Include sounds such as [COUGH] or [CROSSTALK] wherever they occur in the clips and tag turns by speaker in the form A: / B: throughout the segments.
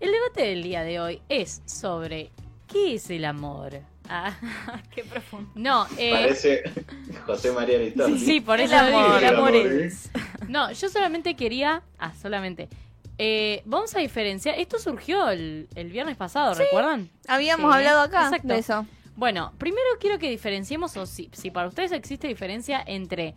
A: El debate del día de hoy es sobre qué es el amor. Ah, [LAUGHS]
B: Qué profundo.
A: no, eh,
C: Parece José María Litorti.
A: sí, por
B: El
A: eso
B: amor, el
C: El amor,
B: amor
C: ¿eh?
B: [LAUGHS] es.
A: No, yo solamente quería. Ah, solamente. Eh, vamos a diferenciar. Esto surgió el, el viernes pasado, ¿recuerdan?
D: Habíamos
A: Sí,
D: hablado acá
A: exacto.
D: de eso.
A: Bueno, primero quiero que diferenciemos o si, si para ustedes existe diferencia entre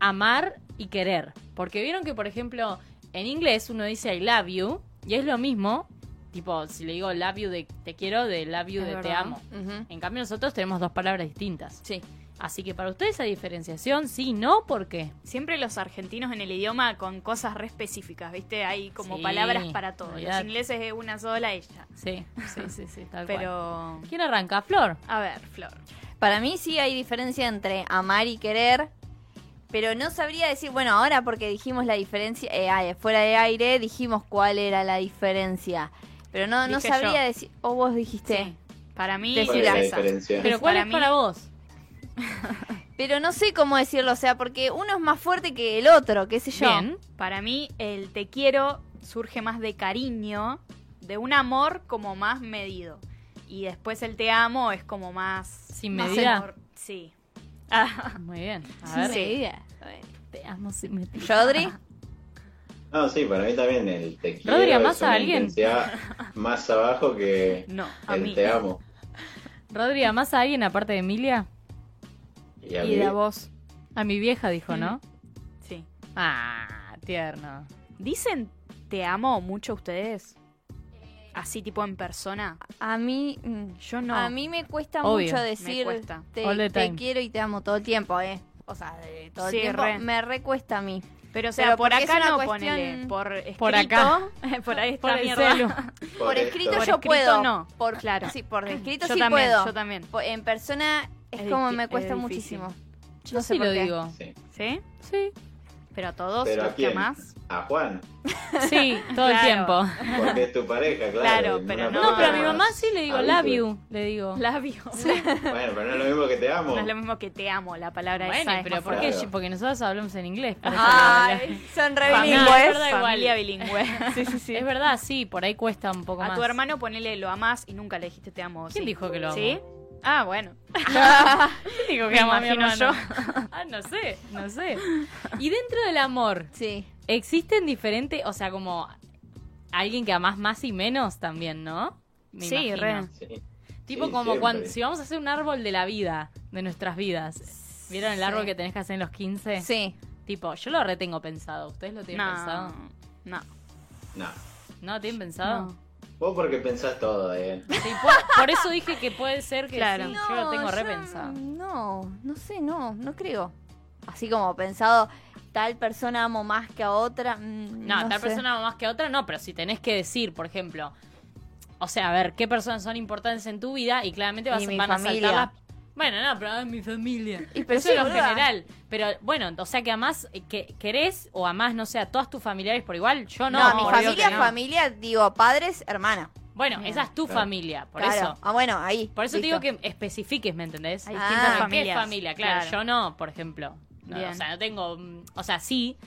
A: amar y querer. Porque vieron que, por ejemplo, en inglés uno dice I love you y es lo mismo. Tipo, si le digo love you de te quiero, de love you
B: Es
A: de te
B: verdad.
A: amo. En cambio, nosotros tenemos dos palabras distintas.
B: Sí.
A: Así que para ustedes esa diferenciación, sí, no, ¿por qué?
B: Siempre los argentinos en el idioma con cosas re específicas, ¿viste? Hay como
A: Sí,
B: palabras para todo. Los
A: olvidate.
B: ingleses es una sola ella.
A: Sí, sí, sí, sí, tal cual.
B: Pero.
A: ¿Quién arranca? ¿Flor?
B: A ver, Flor.
D: Para mí sí hay diferencia entre amar y querer, pero no sabría decir, bueno, ahora porque dijimos la diferencia, eh, ay, fuera de aire dijimos cuál era la diferencia. Pero no, no
B: Dije
D: sabría
B: yo.
D: decir, o vos dijiste.
B: Sí. Para mí
C: ¿Cuál es
D: Decila.
C: la
B: esa.
C: diferencia?
A: ¿Pero cuál
B: para
A: es
B: mí-
A: para vos?
D: Pero no sé cómo decirlo, o sea, porque uno es más fuerte que el otro, qué sé yo.
A: Bien.
B: Para mí el te quiero surge más de cariño, de un amor como más medido. Y después el te amo es como más...
A: ¿Sin
B: más
A: medida?
B: amor. Sí. Ah,
A: Muy bien. A
D: A ver.
A: ver.
D: Sí.
A: Te amo sin medida.
D: Rodri,
C: No, sí, para mí también el te quiero
A: Rodri,
C: es
A: ¿amás a
C: una
A: alguien?
C: intensidad más abajo que
B: no, a
C: el
B: mí.
C: te amo.
A: Rodri, ¿amás a alguien aparte de Emilia?
C: Y a
B: Y
C: mí,
B: de a vos.
A: A mi vieja dijo, ¿no?
B: Sí.
A: [LAUGHS] Ah, tierno.
B: ¿Dicen te amo mucho ustedes? Así tipo en persona.
D: a mí mm,
B: Yo no.
D: a mí me cuesta
A: Obvio,
D: mucho
A: me
D: decir
B: cuesta.
D: Te,
A: All the
D: te
A: time.
D: quiero y te amo todo el tiempo, eh. O sea, de todo
B: Sí,
D: el tiempo
B: re.
D: me recuesta a mí.
B: Pero o sea,
D: pero
B: por
D: porque es
B: acá
D: una
B: no
D: cuestión-
B: ponele. Por escrito.
A: Por acá.
B: [LAUGHS] por ahí está
A: Por el
B: mierda.
A: [LAUGHS] celu.
D: Por, escrito
C: esto.
B: Por
D: yo
B: escrito
D: puedo.
B: no.
D: Por, claro. Sí, por escrito
B: yo
D: sí
B: también,
D: puedo.
B: yo también.
D: Po- En persona es,
B: Es
D: como
B: difí-
D: me
B: es
D: cuesta
B: difícil.
D: muchísimo.
A: Yo
D: No sé
A: sí
D: por
A: lo
D: qué.
A: digo.
C: Sí.
B: ¿Sí?
A: Sí.
B: Pero a todos
C: ¿Pero a
B: los que
C: quién?
B: amás.
C: A Juan,
A: Sí, todo el
B: Claro.
A: tiempo.
C: porque es tu pareja,
B: Claro,
C: claro. en
B: pero
C: una
B: no.
A: No, pero a
C: forma
A: mi mamá sí le digo
C: habitual.
A: love you. Le digo.
B: Labio.
C: Bueno, pero no es lo mismo que te amo.
B: [LAUGHS] No es lo mismo que te amo, la palabra
A: Bueno,
B: esa es
A: pero
B: más
A: ¿por
B: [LAUGHS] fuerte.
A: qué?
C: Claro.
A: Porque nosotros hablamos en inglés. por eso le hablo.
D: Ay, son re
A: Familia,
B: Familia,
D: bilingües.
A: es verdad,
B: familia
A: igual.
B: [LAUGHS] bilingüe.
A: Sí, sí, sí. Es verdad, sí, por ahí cuesta un poco más.
B: A tu hermano ponele lo amás y nunca le dijiste te amo. ¿o
A: ¿Quién
B: sí?
A: dijo que lo amo?
B: ¿Sí?
A: [LAUGHS]
B: Ah, bueno.
A: digo
B: Me imagino
A: yo. [LAUGHS] Ah, no sé, no sé. Y dentro del amor,
D: Sí.
A: existen diferentes, o sea, como alguien que amás más y menos también, ¿no? Me
B: Sí,
A: imagino.
B: re.
C: Sí.
A: Tipo
C: Sí,
A: como
C: siempre.
A: cuando, si vamos a hacer un árbol de la vida, de nuestras vidas. ¿Vieron el
D: Sí.
A: árbol que tenés que hacer en los 15?
D: Sí.
A: Tipo, yo lo retengo pensado. ¿Ustedes lo tienen pensado?
B: No. No.
C: No.
A: ¿No lo tienen pensado?
B: No.
C: Vos porque pensás todo, eh.
A: Sí, por, por eso dije que puede ser que
B: Claro.
A: sí, yo lo tengo
D: yo-
A: repensado.
D: No, no sé, no, no creo. Así como pensado, tal persona amo más que a otra. mm,
A: No, tal
D: sé.
A: persona más que otra, no, pero si tenés que decir, por ejemplo, o sea, a ver, qué personas son importantes en tu vida y claramente vas,
D: Y mi
A: van a
D: familia.
A: saltar las... Bueno, no, pero ah, mi familia.
D: Y pero
A: Eso
D: sí,
A: es lo
D: boluda.
A: general. Pero bueno, o sea que amás, eh, que querés o amás, no sé, a todas tus familiares por igual, yo no.
D: No, mi
A: obvio
D: familia,
A: que no.
D: familia, digo, padres, hermana.
A: Bueno, esa es tu
C: Claro.
A: familia, por
D: claro.
A: eso.
D: Ah, bueno, ahí.
A: Por eso
D: listo.
A: te digo que especifiques, ¿me entendés?
B: Hay
D: Ah, ¿qué
B: distintas
A: ¿Qué es
B: familias.
A: familia? Claro, yo no, por ejemplo. No,
B: Bien.
A: o sea, no tengo... mm, O sea, sí,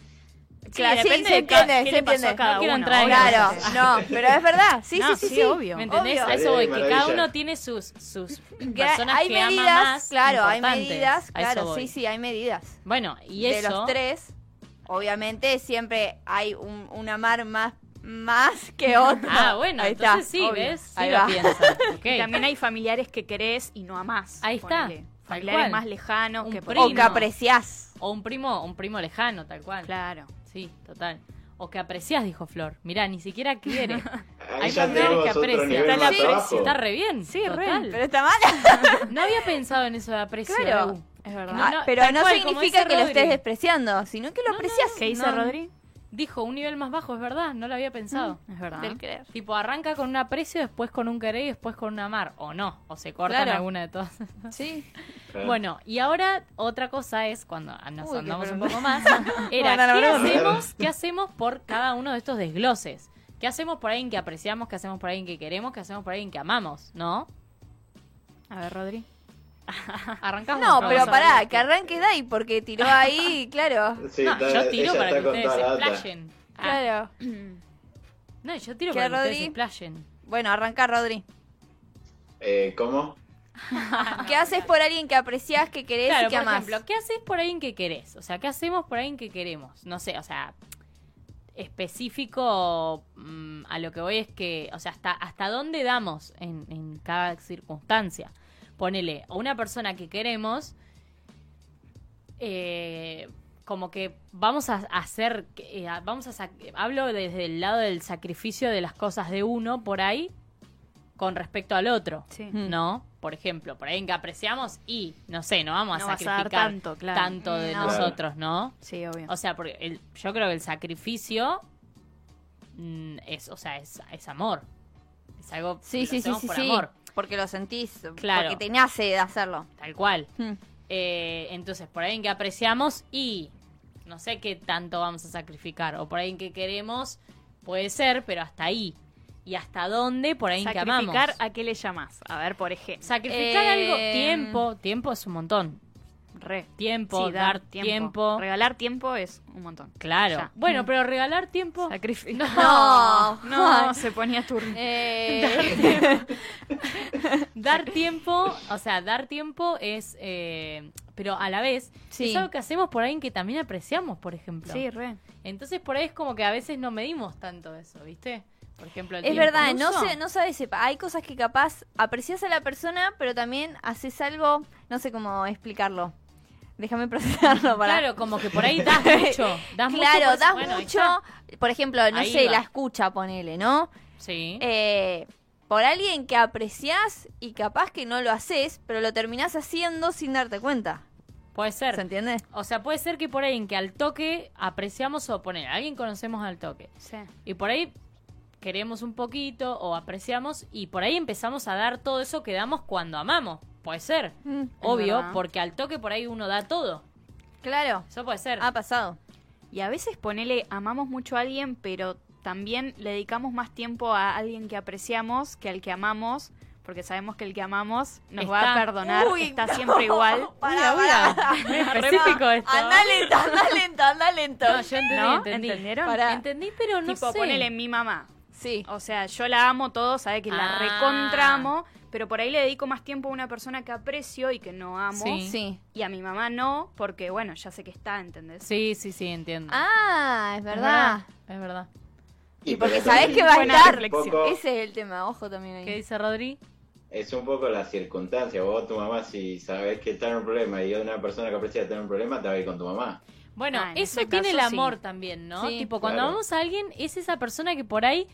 D: Claro, sí,
B: depende
D: se
B: de ca-
D: entiende,
B: qué
D: se
B: le pasó a
D: entiende.
B: cada
A: No quiero
B: uno,
A: entrar en
D: Claro,
B: obviamente.
D: no, pero es verdad. Sí,
B: No,
D: sí, sí,
B: sí,
D: sí.
B: obvio.
A: ¿Me entendés?
D: Obvio.
A: A eso voy, que
C: Maravilla.
A: cada uno tiene sus, sus
D: Que
A: personas
D: hay
A: que ama
D: medidas,
A: más
D: claro, hay
A: importantes.
D: medidas,
A: A eso
D: claro,
A: voy.
D: sí, sí, hay medidas.
A: Bueno, y
D: de
A: eso,
D: los tres, obviamente siempre hay un, un amar más más que otro.
A: [LAUGHS] Ah, bueno,
D: Ahí está,
A: entonces sí,
D: obvio.
A: ¿ves? Sí
D: Ahí
A: lo
D: va. [LAUGHS]
A: piensan, ok.
B: Y también hay familiares que querés y no amás.
A: Ahí está,
B: ponele.
A: tal
B: Familiares
A: cual.
B: más lejanos
A: Un
B: que
A: primo.
D: O que
A: Prima.
D: apreciás.
A: O un primo, un primo lejano, tal cual.
B: Claro.
A: Sí, total. O que aprecias, dijo Flor. Mirá, ni siquiera
D: [LAUGHS]
A: quiere.
C: Ahí
A: Hay
C: ya
A: familiares
C: tenemos
A: que
C: otro
A: aprecian.
C: nivel
B: Está la
C: más
B: aprecio,
C: abajo.
A: Está re bien.
B: Sí, re,
A: total.
D: Pero está mal.
A: No había pensado en eso de aprecio.
D: Claro.
A: Lu.
B: Es
A: No, no,
D: pero
A: tal
D: no
A: cual, como
D: significa
A: dice
D: que lo
A: Rodri.
D: estés despreciando, sino que lo apreciás.
B: ¿Qué dice
D: No,
B: Rodri?
A: Dijo un nivel más bajo, es verdad, no lo había pensado.
B: Es verdad.
D: Del creer.
A: Tipo, arranca con un aprecio, después con un querer y después con un amar. O no, o se cortan
D: Claro.
A: alguna de todas.
D: Sí.
C: Claro.
A: Bueno, y ahora otra cosa es, cuando ah, nos
D: Uy, qué
A: andamos un
D: pregunta.
A: poco
D: [LAUGHS]
A: más, era
D: Bueno, la
A: ¿qué,
D: pregunta.
A: hacemos, qué hacemos por cada uno de estos desgloses. ¿Qué hacemos por alguien que apreciamos? ¿Qué hacemos por alguien que queremos? ¿Qué hacemos por alguien que amamos? ¿No?
B: A ver, Rodri.
A: Arrancamos.
D: No,
A: con
D: pero
A: vos.
D: pará, que arranque Dai porque tiró
A: [LAUGHS]
D: ahí, claro.
C: Sí,
A: No,
C: está-
A: yo tiro
C: ella
A: para
C: está
A: que
C: con
A: ustedes
C: toda
A: se
C: la data.
A: explayen. Ah,
D: Claro.
A: No, yo tiro
D: ¿Qué,
A: para que ustedes se
D: Rodri?
A: explayen.
D: Bueno, arranca, Rodri.
C: Eh, ¿Cómo?
D: ¿Qué haces por alguien que apreciás, que querés
A: Claro,
D: y que
A: por
D: amás?
A: ejemplo, ¿qué haces por alguien que querés? O sea, ¿qué hacemos por alguien que queremos? No sé, o sea, específico mm, a lo que voy es que, o sea, hasta, hasta dónde damos en, en cada circunstancia. Ponele, a una persona que queremos, eh, como que vamos a hacer, eh, vamos a, sac- hablo desde el lado del sacrificio de las cosas de uno por ahí con respecto al otro.
B: Sí.
D: Mm.
A: ¿no? Por ejemplo, por ahí en que apreciamos y, no sé, no vamos
B: No
A: a
B: vas a dar
A: sacrificar
B: tanto, claro.
A: tanto de
D: No.
A: nosotros, ¿no?
B: Sí, obvio.
A: O sea, porque el- yo creo que el sacrificio mm, es, o sea, es, es amor. Es algo
D: Sí,
A: lo
D: sí, sí,
A: hacemos
D: sí,
A: por
D: sí.
A: amor,
D: Porque lo sentís,
A: Claro.
D: porque te nace de hacerlo.
A: tal cual. [LAUGHS]
D: Hmm.
A: Eh, entonces, por ahí en que apreciamos y no sé qué tanto vamos a sacrificar. O por ahí en que queremos, puede ser, pero hasta ahí. Y hasta dónde, por ahí en que amamos.
B: Sacrificar, ¿a qué le llamás? A ver, por ejemplo.
A: Sacrificar
D: Eh,
A: algo, tiempo, tiempo es un montón.
B: Re.
A: Tiempo,
B: Sí,
A: dar tiempo.
B: Regalar tiempo es un montón.
A: Claro.
B: Ya.
A: Bueno,
D: Mm.
A: pero regalar tiempo.
B: Sacrificar.
D: No,
B: no, se ponía turno.
D: Eh,
A: Dar tiempo, o sea, dar tiempo es. eh, pero a la vez,
D: Sí.
A: es algo que hacemos por alguien que también apreciamos, por ejemplo.
B: Sí, re.
A: Entonces, por ahí es como que a veces no medimos tanto eso, ¿viste? Por ejemplo, el
D: [LAUGHS] es
A: tiempo.
D: verdad, no,
A: Incluso-
D: sé, no sabes, sepa- hay cosas que capaz aprecias a la persona, pero también haces algo, no sé cómo explicarlo. Déjame [LAUGHS] procesarlo para.
A: Claro, como que por ahí das
D: [LAUGHS]
A: mucho. Das mucho
D: Claro,
A: por-
D: das
A: bueno, ahí
D: mucho.
A: está.
D: Por ejemplo, no
A: Ahí
D: sé,
A: va.
D: la escucha, ponele, ¿no?
A: Sí.
D: Eh, por alguien que aprecias y capaz que no lo haces, pero lo terminás haciendo sin darte cuenta.
A: puede
D: ¿Se
A: ser.
D: entiende?
A: O sea, puede ser que por ahí en que al toque apreciamos o poner, a alguien conocemos al toque.
B: Sí.
A: Y por ahí queremos un poquito o apreciamos y por ahí empezamos a dar todo eso que damos cuando amamos. Puede ser.
D: Mm,
A: Obvio,
B: verdad.
A: porque al toque por ahí uno da todo.
D: Claro,
A: Eso puede ser.
D: ha pasado.
B: Y a veces ponele, amamos mucho a alguien, pero también le dedicamos más tiempo a alguien que apreciamos que al que amamos, porque sabemos que el que amamos nos va a
A: Está-
B: perdonar,
D: Uy,
B: está
D: no,
B: siempre igual.
D: Pará,
A: Uy, la
D: pará.
A: uy,
D: [LAUGHS]
A: Muy específico esto.
D: Anda lento, anda lento, anda lento.
A: No, yo entendí,
B: ¿No?
A: entendí.
B: ¿Entendieron?
D: Pará.
A: Entendí, pero no
B: tipo,
A: sé.
B: ponele mi mamá.
D: Sí.
B: O sea, yo la amo todo, sabe que la
A: Ah.
B: recontramo, pero por ahí le dedico más tiempo a una persona que aprecio y que no amo.
A: Sí.
D: Oh, Sí.
B: Y a mi mamá no, porque bueno, ya sé que está, ¿entendés?
A: Sí, sí, sí, entiendo.
D: Ah, es verdad.
A: Es verdad.
D: Y porque
C: pero
D: sabés
C: también
D: que va a
B: Buena
D: estar.
B: reflexión.
C: Poco-
D: Ese es el tema, ojo también ahí.
A: ¿Qué dice Rodri?
C: Es un poco la circunstancia. Vos, tu mamá, si sabés que está en un problema y una persona que aprecia está en un problema, te va a ir con tu mamá.
A: Bueno,
B: Ah, en
A: eso
B: ese
A: tiene
B: caso,
A: el amor
B: sí.
A: también, ¿no?
D: Sí.
A: tipo, cuando
C: Claro.
A: amamos a alguien, es esa persona que por ahí,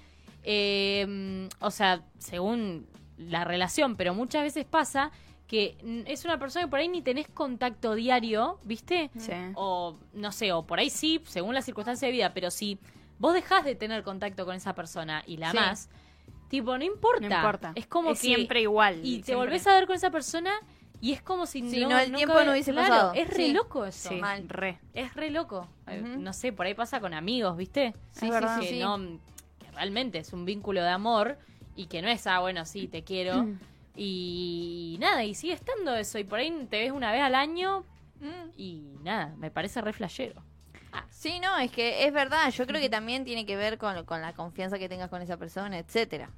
A: eh, o sea, según la relación, pero muchas veces pasa que mm, es una persona que por ahí ni tenés contacto diario, ¿viste?
B: Sí.
A: O, no sé, o por ahí sí, según la circunstancia de vida, pero si vos dejás de tener contacto con esa persona y la
D: Sí.
A: amás, tipo, no importa.
B: No importa.
A: Es como que...
B: siempre igual.
A: Y te
B: siempre.
A: volvés a ver con esa persona y es como si
D: Si no, el
A: nunca
D: tiempo
A: hubiera-
D: no hubiese
A: Claro,
D: pasado.
A: Es re
D: Sí.
A: loco eso.
B: Sí,
D: Mal.
B: re.
A: Es re loco. Eh,
D: Ujú.
A: No sé, por ahí pasa con amigos, ¿viste?
D: Sí,
A: Es
D: sí,
A: verdad.
D: sí,
A: Que
D: sí.
A: no- que realmente es un vínculo de amor y que no es, ah, bueno, sí, te quiero.
D: Mm.
A: Y nada, y sigue estando eso. Y por ahí te ves una vez al año
D: Mm.
A: y nada, me parece re flashero.
D: Sí, no, es que es verdad. Yo creo que también tiene que ver con, con la confianza que tengas con esa persona, etcétera.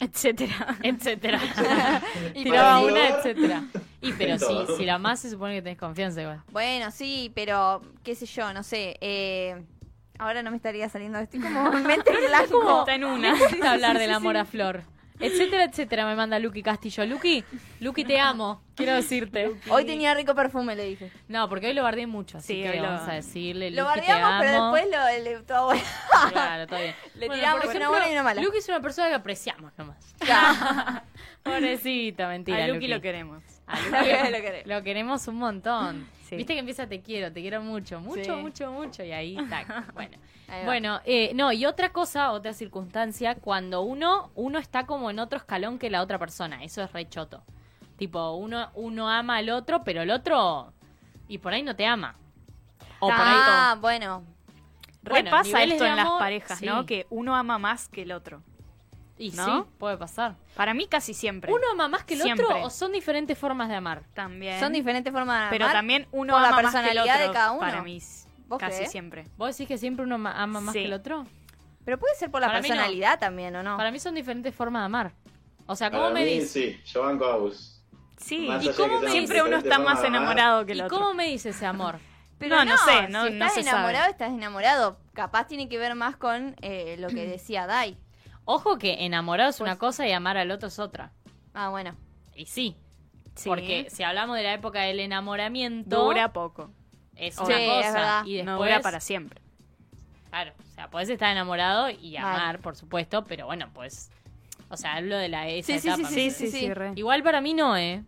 B: Etcétera.
A: Etcétera.
D: Y
A: Tiraba
D: para mí-
C: sí.
A: una, etcétera.
C: [LAUGHS]
A: Y pero
C: En
A: si,
C: todo.
A: si la amás se supone que tenés confianza igual.
D: Bueno, sí, pero qué sé yo, no sé. eh, ahora no me estaría saliendo.
A: [LAUGHS]
D: Estoy como en mente blanco.
B: Está en una.
A: Vamos a hablar del amor a Flor. Etcétera, etcétera, me manda Luqui Castillo. Luqui, Luqui, te amo. Quiero decirte.
D: Hoy tenía rico perfume, le dije.
A: No, porque hoy lo bardeé mucho, así
B: Sí,
A: que
B: hoy lo-
A: vamos a decirle.
D: Lo
A: Luqui, te
D: bardeamos, pero
A: amo.
D: después lo, el, tu
A: [LAUGHS]
D: abuela.
B: [LAUGHS]
D: [LAUGHS]
A: Claro, está bien.
D: Le tiramos
A: por
D: una buena y una mala.
A: Luqui es una persona que apreciamos
D: [LAUGHS]
A: nomás. Pobrecita, mentira.
B: A Lucky lo queremos.
A: A [LAUGHS]
D: Lo queremos, lo
A: Luqui
D: queremos.
A: lo queremos un montón.
B: Sí.
A: Viste que empieza te quiero, te quiero mucho, mucho,
D: Sí.
A: mucho, mucho. Y
D: [LAUGHS]
A: ahí está. Bueno.
D: Ahí va.
A: Bueno, eh, no, y otra cosa, otra circunstancia, cuando uno, uno está como en otro escalón que la otra persona, eso es re choto. Tipo, uno, uno ama al otro, pero el otro, y por ahí no te ama. O por ahí
D: ah, bueno.
A: Bueno,
B: Repasa
A: niveles
B: esto
A: de
B: en las
A: amor,
B: parejas,
A: sí.
B: ¿no? Que uno ama más que el otro.
A: Y
B: ¿No?
A: sí, puede pasar.
B: Para mí casi siempre.
A: ¿Uno ama más que el
B: Siempre.
A: otro o son diferentes formas de amar?
B: también.
D: Son diferentes formas de amar.
B: Pero también uno
D: por la
B: ama más que el
D: personalidad
B: otro.
D: de cada uno.
B: Para mí,
D: ¿Vos
B: casi
D: crees?
B: siempre.
A: ¿Vos decís que siempre uno ama ama más
B: Sí.
A: que el otro?
D: Pero puede ser por la
A: Para mí no.
D: personalidad también, ¿o no?
A: Para mí son diferentes formas de amar. O sea, ¿cómo
C: Para
A: me
C: mí,
A: dices?
C: Sí, yo banco a Agus.
B: Sí,
C: Más
A: ¿y
C: allá de que
A: cómo me
C: tengan
A: dice?
B: siempre uno
C: diferentes
B: está más
C: formas de amar,
B: enamorado que el
A: ¿Y
B: otro.
A: cómo me dice ese amor?
D: Pero
B: No, no sé, no-
D: si
B: no
D: estás
B: se sabe.
D: enamorado, estás enamorado. Capaz tiene que ver más con eh, lo
B: [CLEARS THROAT]
D: que decía Dai.
A: [LAUGHS] Ojo que enamorado es una
D: Pues-
A: cosa y amar al otro es otra.
D: Ah, bueno.
A: Y sí,
B: Sí.
A: porque si hablamos de la época del enamoramiento,
B: dura poco,
A: es
B: Sí,
A: una
D: es
A: cosa.
D: verdad.
A: y después,
B: no dura para siempre.
A: Claro, o sea, podés estar enamorado y
D: Mal.
A: amar, por supuesto, pero bueno, pues. O sea, hablo de la esa
D: Sí, sí,
A: etapa, me
D: sí,
A: parece.
D: sí, sí.
B: re.
A: Igual para mí no, ¿eh?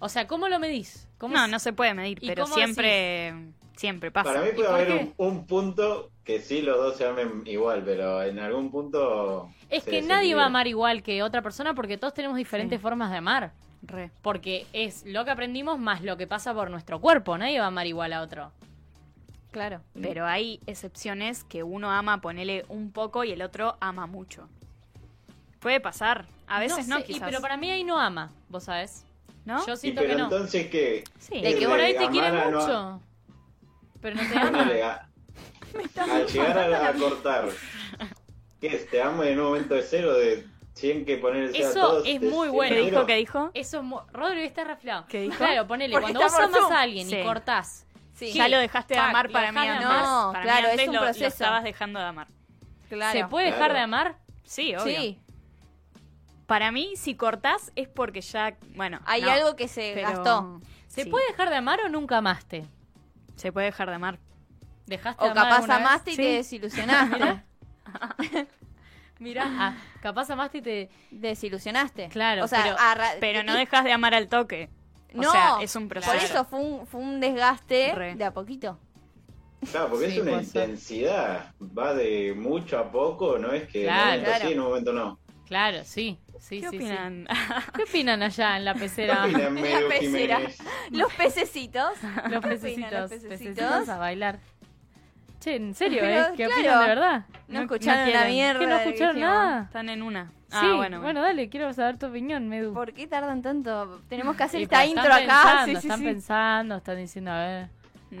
A: O sea, ¿cómo lo medís? ¿Cómo
B: No,
A: es-
B: no se puede medir,
A: ¿Y
B: pero
A: cómo
B: siempre, siempre pasa.
C: Para mí
A: ¿Y
C: puede
A: por
C: haber
A: qué?
C: un, un punto que sí los dos se amen igual, pero en algún punto...
A: Es
C: se
A: que nadie va a
C: desequilibra.
A: amar igual que otra persona porque todos tenemos diferentes
B: Sí.
A: formas de amar.
B: Re.
A: Porque es lo que aprendimos más lo que pasa por nuestro cuerpo. Nadie va a amar igual a otro.
D: Claro.
B: Pero hay excepciones que uno ama ponerle un poco y el otro ama mucho. Puede pasar, a veces no,
A: sé, y-
B: quizás.
A: pero para mí ahí no ama, vos sabés.
B: ¿No?
A: Yo
C: Y
A: siento
C: pero
A: que no.
C: entonces que...
B: Sí.
A: de que por ahí te
C: amar
A: quiere
C: a no-
A: mucho. Pero
C: [LAUGHS]
A: no te ama. [LAUGHS]
C: Ponele, a- al llegar a, la- a cortar, ¿qué es? ¿Te amo en un momento de cero? ¿De 100 que poner el cero a
A: Eso
C: todos?
A: es
C: ¿De
A: muy
C: 100
A: bueno.
B: ¿Qué
C: a
B: dijo?
C: cero?
B: ¿Qué dijo?
A: Eso es mu- Rodri está resfriado.
B: ¿Qué dijo?
A: Claro, ponele,
D: Porque
A: cuando vos
D: está por
A: amas
D: Zoom.
A: a alguien
B: Sí.
A: y cortás.
D: Sí.
A: ¿Qué?
B: Ya lo dejaste de
A: Pac,
B: amar
A: lo
B: para mí
A: dejaron
B: antes.
A: de amar.
D: No,
B: para
D: claro,
B: mí antes
D: es un
B: lo, lo
D: proceso.
B: estabas dejando de amar.
D: Claro.
A: ¿Se puede
C: Claro.
A: dejar de amar?
B: Sí, obvio.
D: Sí.
B: Para mí, si cortás es porque ya, bueno,
D: Hay
B: no,
D: algo que se
B: pero-
D: gastó.
A: ¿Se
B: Sí.
A: puede dejar de amar o nunca amaste?
B: Se puede dejar de amar.
A: ¿Dejaste de
D: O
A: amar
D: capaz
A: alguna vez?
D: amaste y
B: Sí.
D: te
B: [LAUGHS]
D: desilusionaste.
A: Mirá, ah, capaz amaste y te...
D: desilusionaste.
A: Claro,
D: O sea,
A: pero-
D: arra-
B: Pero no
D: Eh, y-
B: dejas de amar al toque. O
D: No,
B: sea, es un proceso.
D: Por eso fue un, fue un desgaste
B: Re.
D: de a poquito.
C: Claro, porque
A: Sí,
C: es una
A: puede ser.
C: intensidad. Va de mucho a poco, no es que en
A: Claro.
C: un momento
D: Claro.
C: sí, en un momento no.
A: Claro, sí. sí
B: ¿Qué
A: sí, sí.
B: opinan? Ah,
A: ¿Qué opinan allá en la pecera?
C: [LAUGHS] Mira, medio
D: pecera.
C: Jiménez.
D: Los pececitos.
A: [LAUGHS] Los
D: ¿Qué opinan
A: pececitos,
D: los
A: pececitos
D: pececitos?
A: a bailar. Che, en serio,
D: Pero,
A: ¿eh? ¿Qué
D: claro.
A: opinan de verdad?
D: No escucharon
B: quieren.
D: la mierda.
A: ¿Qué no
D: de que
A: escucharon
D: dijimos.
A: nada?
B: Están en una.
A: Sí,
B: Ah,
A: bueno,
B: bueno, bueno.
A: dale, quiero saber tu opinión, Medu.
D: ¿Por qué tardan tanto? Tenemos que hacer
A: Y
D: esta
A: pues
D: intro
A: están
D: acá.
A: pensando,
D: Sí, sí,
A: están
D: sí.
A: pensando, están diciendo, a ver.
B: No,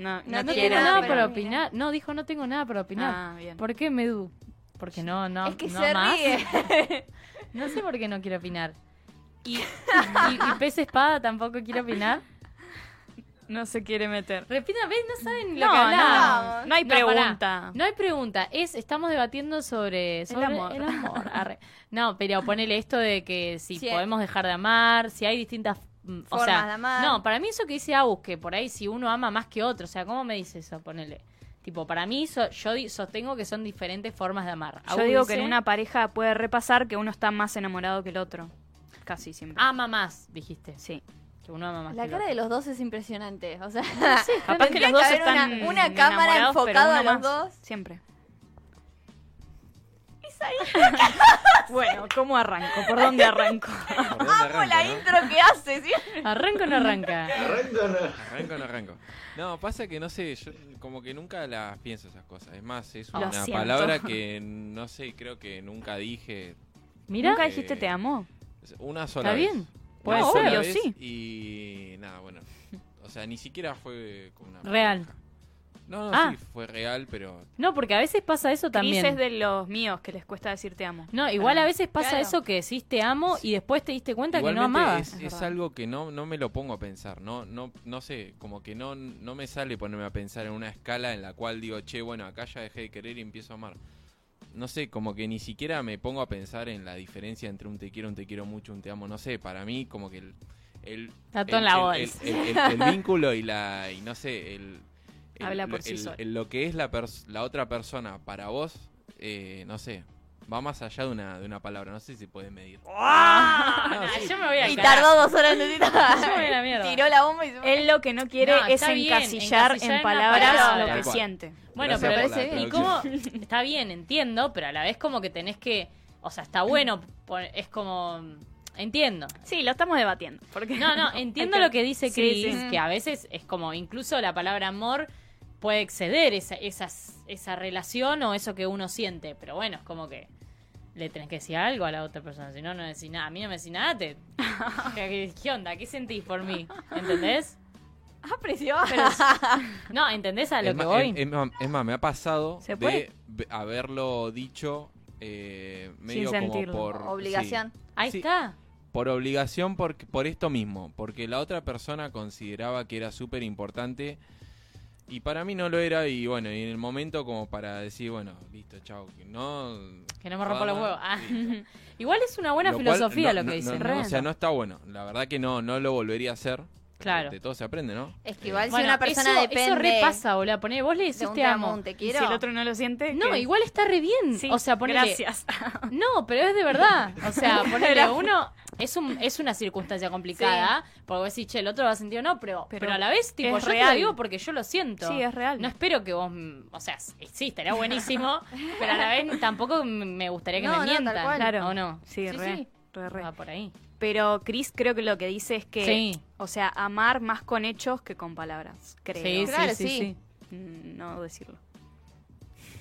D: No
B: no,
A: No
D: quiere
A: tengo
B: quieren,
D: nada,
A: nada
B: pero-
A: para
D: mira.
A: opinar. No, dijo no tengo nada para opinar.
B: Ah, bien.
A: ¿Por qué Medu? Porque no, no,
D: es que
A: no
D: se
A: más. [LAUGHS]
D: ríe.
A: No sé por qué no quiero opinar.
D: [LAUGHS]
A: Y, y- y pez espada tampoco quiero opinar.
B: No se quiere meter.
A: Repita, ¿ves? No saben lo
B: No,
A: que hablamos.
D: hablamos.
B: no, no hay
A: No, pará.
B: pregunta.
A: No hay pregunta, es estamos debatiendo sobre, sobre
B: amor.
A: amor, arre. No, pero ponele esto de que si
D: Sí.
A: podemos dejar de amar, si hay distintas mm, o
D: Formas
A: sea,
D: de amar.
A: No, para mí eso que dice Agus, que por ahí si uno ama más que otro, o sea, ¿cómo me dice eso? Ponele. Tipo, para mí so- yo di- sostengo que son diferentes formas de amar.
B: Yo
A: Agus
B: digo que en
A: dice,
B: una pareja puede repasar que uno está más enamorado que el otro. Casi siempre.
A: ama más, dijiste,
B: Sí.
A: que uno ama más.
D: La
A: que el
D: cara
A: otro.
D: de los dos es impresionante. O sea,
A: [LAUGHS]
B: Capaz que
D: Tendría
B: los dos
D: haber una-
B: están
D: una, cámara
B: enamorados, pero
D: enfocada a
B: uno
D: los
B: más.
D: dos.
B: Siempre. [LAUGHS] bueno, ¿cómo arranco? ¿Por dónde arranco?
E: ¿Por dónde
D: Amo la
E: arranco, no?
D: intro que hace, ¿sí?
A: ¿Arranca o no
B: [LAUGHS]
A: arranca?
C: Arranca, no.
E: ¿Arranco o no arranco? No, pasa que no sé, yo como que nunca las pienso esas cosas. Es más, es
B: Lo
E: una
B: siento.
E: palabra que no sé, creo que nunca dije
A: Mira,
B: ¿Nunca dijiste te amo?
E: una sola
A: Está
E: vez.
A: bien,
E: Una
A: puede
E: sola
B: ser.
E: vez
B: Obvio,
E: Y nada, bueno. O sea, ni siquiera fue con una
A: Real.
E: pareja. No, no,
A: Ah.
E: sí, fue real, pero
A: no, porque a veces pasa eso también.
B: También. es de los míos que les cuesta decir te amo.
A: No, igual a veces pasa
D: Claro.
A: eso que decís te amo y después te diste cuenta que no
E: Igualmente
A: amabas.
E: Es,
B: Es
E: es
B: verdad.
E: algo que no, no me lo pongo a pensar, no, no, no sé, como que no, no me sale ponerme a pensar en una escala en la cual digo, che, bueno, acá ya dejé de querer y empiezo a amar. No sé, como que ni siquiera me pongo a pensar en la diferencia entre un te quiero, un te quiero mucho, un te amo, no sé, para mí como que el... el
A: Está todo
E: el-
A: en la
E: el-
A: bolsa.
E: el- el- el- el vínculo y la... y no sé, el... el-
B: Habla por
E: lo-
B: sí
E: el-
B: solo.
E: el- Lo que es la, pers- la otra persona para vos, eh, no sé, va más allá de una, de una palabra, no sé si puede medir.
A: Ah,
E: sí.
A: Yo me voy a
D: Y
A: carajo.
D: tardó dos
A: [LAUGHS]
D: horas en decir nada.
A: Yo me voy a la mierda.
D: Tiró la bomba y se fue.
B: Él lo que no quiere
A: No,
B: es
A: está bien,
B: encasillar,
A: encasillar en
B: en
A: la
B: palabras
A: palabra.
B: lo
E: Tal
B: que
E: cual.
B: siente.
A: Bueno,
E: Gracias
A: pero
E: por la
D: parece
A: ¿y
D: bien.
A: cómo? [LAUGHS]
E: traducción.
A: Está bien, entiendo, pero a la vez como que tenés que, o sea, [CLEARS THROAT] está bueno, por- es como entiendo.
B: Sí, lo estamos debatiendo. Porque
A: No,
B: [LAUGHS]
A: no, entiendo
B: Hay
A: lo que dice
B: Sí,
A: Cris,
B: sí.
A: que a veces es como incluso la palabra amor puede exceder esa, esas- esa relación o eso que uno siente, pero bueno, es como que le tenés que decir algo a la otra persona, si no, no decís nada, a mí no me decís nada, te... ¿Qué, qué onda? ¿Qué sentís por mí? ¿Entendés?
D: Ah, precioso. [LAUGHS]
A: No, ¿entendés a lo
E: es
A: que
E: ma-
A: voy?
E: Es, es ma- es más, me ha pasado
B: ¿Se puede?
E: de b- haberlo dicho eh, medio como
B: sentirlo.
E: por... sí.
D: Obligación.
A: Ahí
E: Sí.
A: está.
E: Por obligación, por, por esto mismo, porque la otra persona consideraba que era súper importante y para mí no lo era y bueno, y en el momento como para decir, bueno, listo, chao, que no...
A: Que no me rompa los
E: Vamos,
A: huevos. Ah.
E: listo.
A: Igual es una [LAUGHS] buena
E: Lo cual,
A: filosofía lo
E: no-
A: que
E: no-
A: dicen.
E: no- no, o sea, no está bueno, la verdad que no, no lo volvería a hacer.
A: Claro.
E: De todo se aprende, ¿no?
D: Es que
E: Eh,
D: igual
A: Bueno,
D: si una persona
A: eso,
D: depende
A: Eso repasa, boludo. Poné, vos le
D: de
A: decís
D: un
A: te amo.
D: tramón, te
B: Y
D: quiero.
B: si el otro no lo siente.
A: No,
B: ¿qué?
A: igual está re bien.
B: Sí,
A: o sea, ponele.
B: Gracias.
A: No, pero es de verdad. O sea, ponele
B: Gracias.
A: uno. Es, un, es una circunstancia complicada. Porque vos decís, che, el otro va a sentir o no, pero, pero,
B: Pero
A: a la vez, tipo,
B: es
A: yo te lo
B: real.
A: digo porque yo lo siento.
B: Sí, es real.
A: No espero que vos. mm, O sea, s- sí, estaría buenísimo. pero a la vez tampoco m- me gustaría que me
D: No, no, tal
A: mientan.
D: cual.
A: ¿O no?
B: Sí, re, re, re.
A: Va por ahí.
B: Pero Chris creo que lo que dice es que,
A: Sí.
B: o sea, amar más con hechos que con palabras, creo.
A: Sí,
D: Claro,
A: sí, sí.
D: sí.
A: sí.
B: Mm, No decirlo.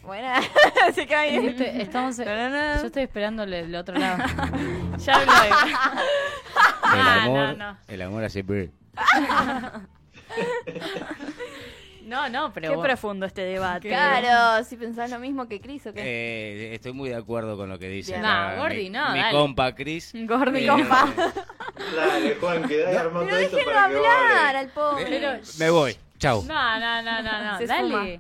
D: Bueno, [LAUGHS] se cae bien.
A: Este- estamos, yo estoy esperando el, el otro lado. [LAUGHS]
B: Ya hablo de...
F: El
B: Ah, no,
F: amor,
B: no.
F: el amor hace... brr.
A: No, no, pero.
B: Qué
A: vos-
B: profundo este
D: [LAUGHS]
B: debate.
D: Claro, si pensás lo mismo que Cris o qué.
F: Eh, estoy muy de acuerdo con lo que dice
A: Bien.
F: la-
A: No, Gordi,
F: mi,
A: no,
F: mi
A: dale. Mm.
F: compa Chris.
B: Gordi,
F: Eh,
B: compa.
C: Dale, Juan, quedá armando
D: Pero
C: esto
D: déjenlo
C: para que vos hables.
D: hablar al pobre. [LAUGHS]
A: Pero-
F: Me voy, chau. No.
A: No, no, no, no, no.
B: Se
A: Dale.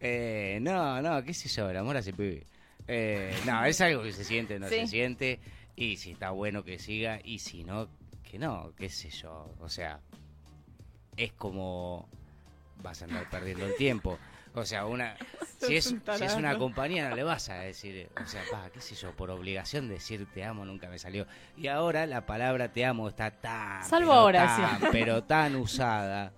F: Eh, no, no, qué sé yo, el amor hace pibe. Eh, no, es algo que se siente, no
D: Sí.
F: se siente. Y si está bueno que siga, y si no, que no, qué sé yo. O sea, es como vas a andar perdiendo el tiempo. O sea, una si es, si es una compañía no le vas a decir, o sea, pa, qué sé yo, por obligación decir te amo nunca me salió. Y ahora la palabra te amo está tan
A: Salvo
F: pero
A: ahora,
F: tan, pero tan usada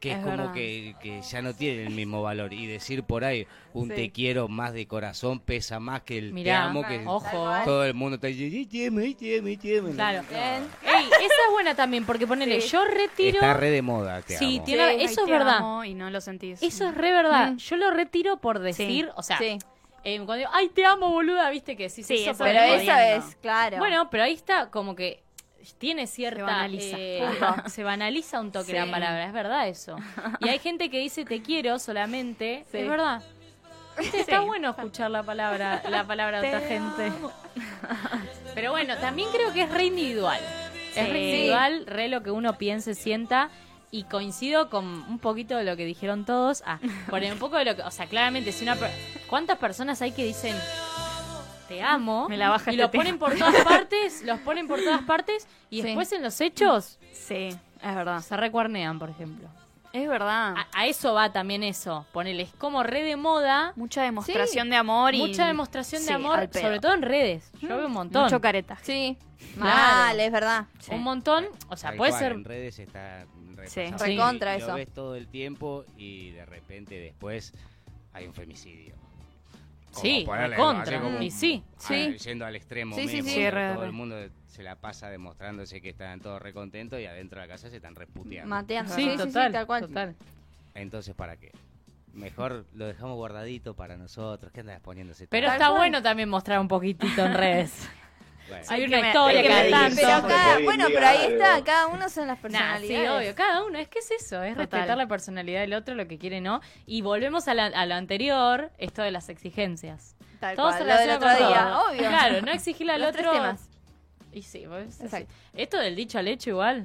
F: que es,
B: Es
F: como
B: verdad.
F: que, que ya no tiene el mismo valor y decir por ahí un
B: Sí.
F: te quiero más de corazón pesa más que el te
A: Mirá,
F: amo que
A: ojo. eh.
F: todo el mundo está ahí, "Te amo, te amo, te amo".
A: Claro.
D: Bien.
A: Ey, esa es buena también, porque ponele,
B: Sí.
A: yo retiro.
F: Está re de moda, te
A: Sí,
F: amo.
A: tiene-
B: Sí,
A: eso
B: ay,
A: es
B: te
A: verdad.
B: amo Y no lo sentís.
A: Eso es re verdad.
D: Mm.
A: Yo lo retiro por decir, o sea,
D: Sí,
A: eh, cuando digo, ay, te amo, boluda, viste que sí,
B: Sí,
A: eso
B: eso
A: por
D: pero
A: ahí.
D: eso
B: jodiendo.
D: es, claro.
A: Bueno, pero ahí está como que tiene cierta.
B: Se banaliza.
A: eh, [LAUGHS] se banaliza un toque
B: Sí.
A: la palabra, es verdad eso. Y hay gente que dice te quiero solamente.
B: Sí.
A: Es verdad. Viste, Está
B: Sí.
A: bueno escuchar la palabra, la palabra de
B: Te
A: otra gente. [LAUGHS] Pero bueno, también creo que es re individual. Es re individual, re lo que uno piense, sienta. Y coincido con un poquito de lo que dijeron todos. Ah, por un poco de lo que. O sea, claramente, si una. per- ¿Cuántas personas hay que dicen te amo?
B: Me la baja
A: y
B: este
A: lo
B: tema.
A: ponen por todas partes, los ponen por todas partes. Y
D: Sí.
A: después en los hechos
B: Sí, es verdad.
A: se recuernean, por ejemplo.
B: Es verdad.
A: A, a eso va también eso. Ponerles como re de moda.
B: Mucha demostración de amor y...
A: Mucha demostración de
B: Sí,
A: amor,
B: al pedo.
A: sobre todo en redes. Yo veo un montón.
B: Mucho caretaje.
D: sí.
A: Claro.
D: Mal, es verdad.
B: Sí.
A: Un montón. O sea,
F: Tal
A: puede
F: cual,
A: ser
F: En redes está re
B: Sí.
F: pasado.
D: Sí. Recontra
F: Y Lo
D: eso.
F: ves todo el tiempo y de repente después hay un femicidio. Como
A: Sí,
F: ponerle-
A: recontra.
F: así como
A: Y
F: un-
A: sí,
F: a-
D: sí.
F: Yendo al extremo
D: Sí, sí,
F: mismo.
D: sí.
F: que
B: Sí, re,
F: todo
B: re.
F: el mundo se la pasa demostrándose que están todos recontentos y adentro de la casa se están resputeando.
D: Mateando.
A: Sí, total,
D: tal cual.
A: total.
F: Entonces, ¿para qué? Mejor lo dejamos guardadito para nosotros. ¿Qué andas poniéndose?
A: Pero
F: todo?
A: está bueno también mostrar un poquitito en redes.
F: Bueno,
A: Hay
B: que
A: una
B: me-
A: historia
B: hay que
A: cada
B: me
A: tanto.
D: Pero
C: Porque
D: acá,
C: hoy en
D: bueno,
C: día
D: pero ahí está,
C: algo-
D: cada uno son las
A: Nah, sí,
D: personalidades.
A: obvio, cada uno, es que es eso, es
B: Total.
A: respetar la personalidad del otro, lo que quiere no. Y volvemos a, la- a lo anterior, esto de las exigencias.
D: Tal
A: Todos
D: cual,
A: se
D: lo del
A: relacionan
D: otro
A: con
D: día,
A: todo.
D: obvio.
A: Claro, no exigirle al
D: Los
A: otro.
D: tres temas.
A: Y sí, vos-
D: Exacto.
A: Esto del dicho al hecho igual.